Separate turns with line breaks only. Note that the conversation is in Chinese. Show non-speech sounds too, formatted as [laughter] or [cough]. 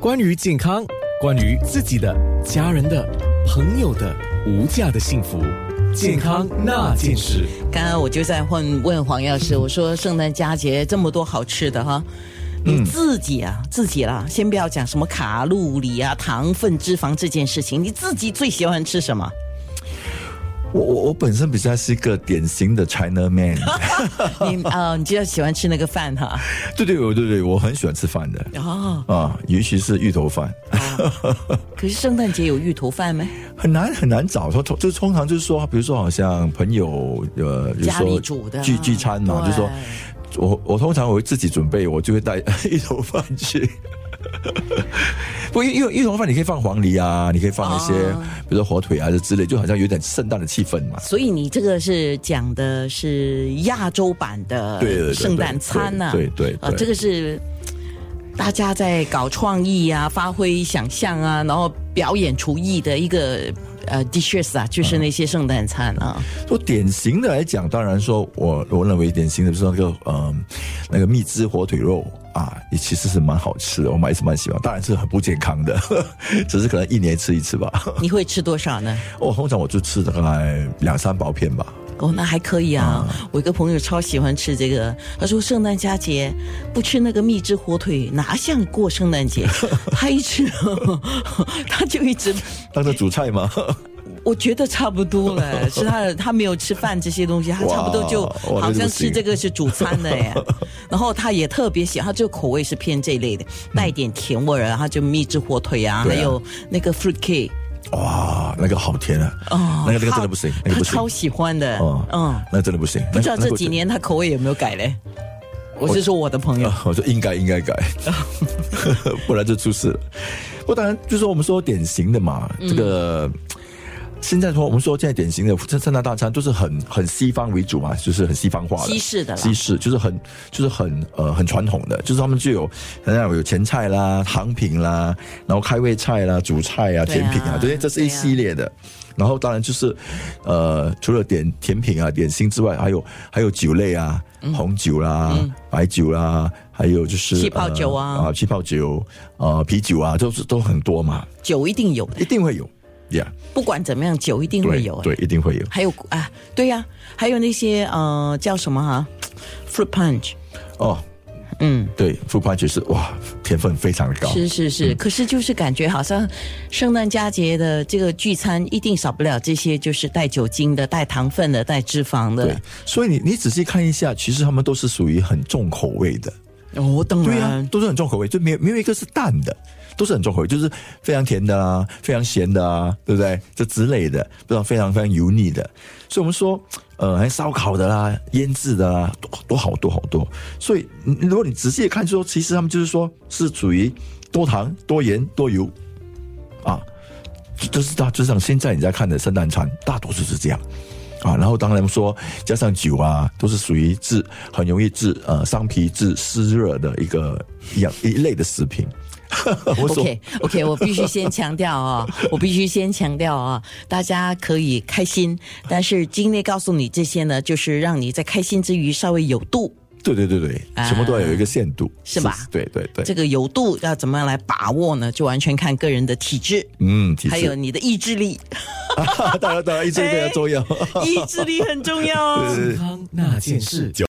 关于健康，关于自己的、家人的、朋友的无价的幸福，健康那件事。
刚刚我就在问问黄药师，我说圣诞佳节这么多好吃的哈，
嗯
你自己啊、自己啦，先不要讲什么卡路里啊、糖分、脂肪这件事情，你自己最喜欢吃什
[laughs]
么？
我我我本身比较是一个典型的
[laughs]
China man，
你呃，你就要喜欢吃那个饭哈。
对对对对对，我很喜欢吃饭的
哦，
啊，尤其是芋头饭，
可是圣诞节有芋头饭吗？
很难很难找。通就通常就是说，比如说好像朋友呃，比如
家里
说
煮的啊
聚聚餐嘛，
对
就说我我通常我会自己准备，我就会带 [laughs] 芋头饭
[laughs]
去。不，芋芋芋头饭你可以放黄梨啊，你可以放一些，
哦
比如说火腿啊这之类，就好像有点圣诞的气氛嘛。
所以你这个是讲的是亚洲版
对
的
对对
呃圣诞餐呐、
对对对对
呃，这个是大家在搞创意啊，发挥想象啊，然后表演厨艺的一个呃 dishes 啊，就是那些圣诞餐啊。
说典型的来讲，当然说我我认为典型的就是那个呃那个蜜汁火腿肉啊，也其实是蛮好吃的，我蛮是蛮喜欢，当然是很不健康的， [laughs] 只是可能一年吃一次吧。
你会吃多少呢？
我通常我就吃大概两三薄片吧。
哦，那还可以啊。我一个朋友超喜欢吃这个，他说圣诞佳节不吃那个蜜汁火腿，哪像过圣诞节？他一吃， [laughs] 他就一直
当做主菜嘛， [laughs]
我觉得差不多了，是他他没有吃饭这些东西，他
哇
差不多就
哇
好
那就
像
不
吃
行
这个是主餐的
[laughs]
耶。然后他也特别喜欢，他就口味是偏这一类的，带点甜味儿啊，他就秘制火腿啊，
嗯对啊
还有那个 fruit cake
哇，那个好甜啊！
哦，
那个那个真
他
的不行，那个
他
不行
超。喜欢的，
哦，
嗯，
那真的不行。
不知道
那那
这
个
几年他口味有没有改嘞？我是说我的朋友，
[laughs] 啊，我说应该应该改，不然就出事了。不，当然就是我们说典型的嘛，
嗯
这个。现在说，我们说现在典型的圣圣诞大餐都是很很西方为主嘛，就是很西方化的
西式的啦
西式就是很就是很呃很传统的，就是他们就有好像有前菜啦、糖品啦，然后开胃菜啦、主菜
对啊
啊、甜品啊，这些这是一
对啊
系列的。然后当然就是，呃，除了点甜品啊、点心之外，还有还有酒类啊，红酒啦、白酒啦，还有就
嗯
是
气泡
呃
酒啊
啊气泡酒啊、啤酒啊，都是都很多嘛，
酒一定有的，
一定会有，Yeah，
不管怎么样，酒一定会
对
有啊。
对，一定会有。
还有啊，对呀、还有那些呃叫什么哈、fruit punch，
哦，
嗯。
对，副判决是哇，甜分非常的高，
是是是，可是就是感觉好像圣诞佳节的这个聚餐一定少不了这些，就是带酒精的、带糖分的、带脂肪
对
的。，
所以你你仔细看一下，其实他们都是属于很重口味的，
哦，当
对啊，都是很重口味，就没有没有一个是淡的，都是很重口味，就是非常甜的啊，非常咸的啊，对不对？这之类的，不然非常非常油腻的。所以我们说，呃，还烧烤的啦，腌制的啦，多多好多好多。所以你如果你仔细地看说，其实他们就是说是属于多糖、多盐、多油啊，就是大致上现在你在看的圣诞餐，大多数是这样。啊，然后当然说加上酒啊，都是属于致很容易致呃伤脾致湿热的一个一样一类的食品。 [laughs] 我说
OK OK，我必须先强调啊、我必须先强调啊、大家可以开心，但是今天告诉你这些呢，就是让你在开心之余稍微有度，
对对对对，
啊
什么都要有一个限度，
是吧
对对对，
这个有度要怎么样来把握呢？就完全看个人的体质，
嗯，其实
还有
[laughs]
你的意志力，
当然当然，一直非常重要。
意志力很重要哦。
[laughs]
啊
健康那件事。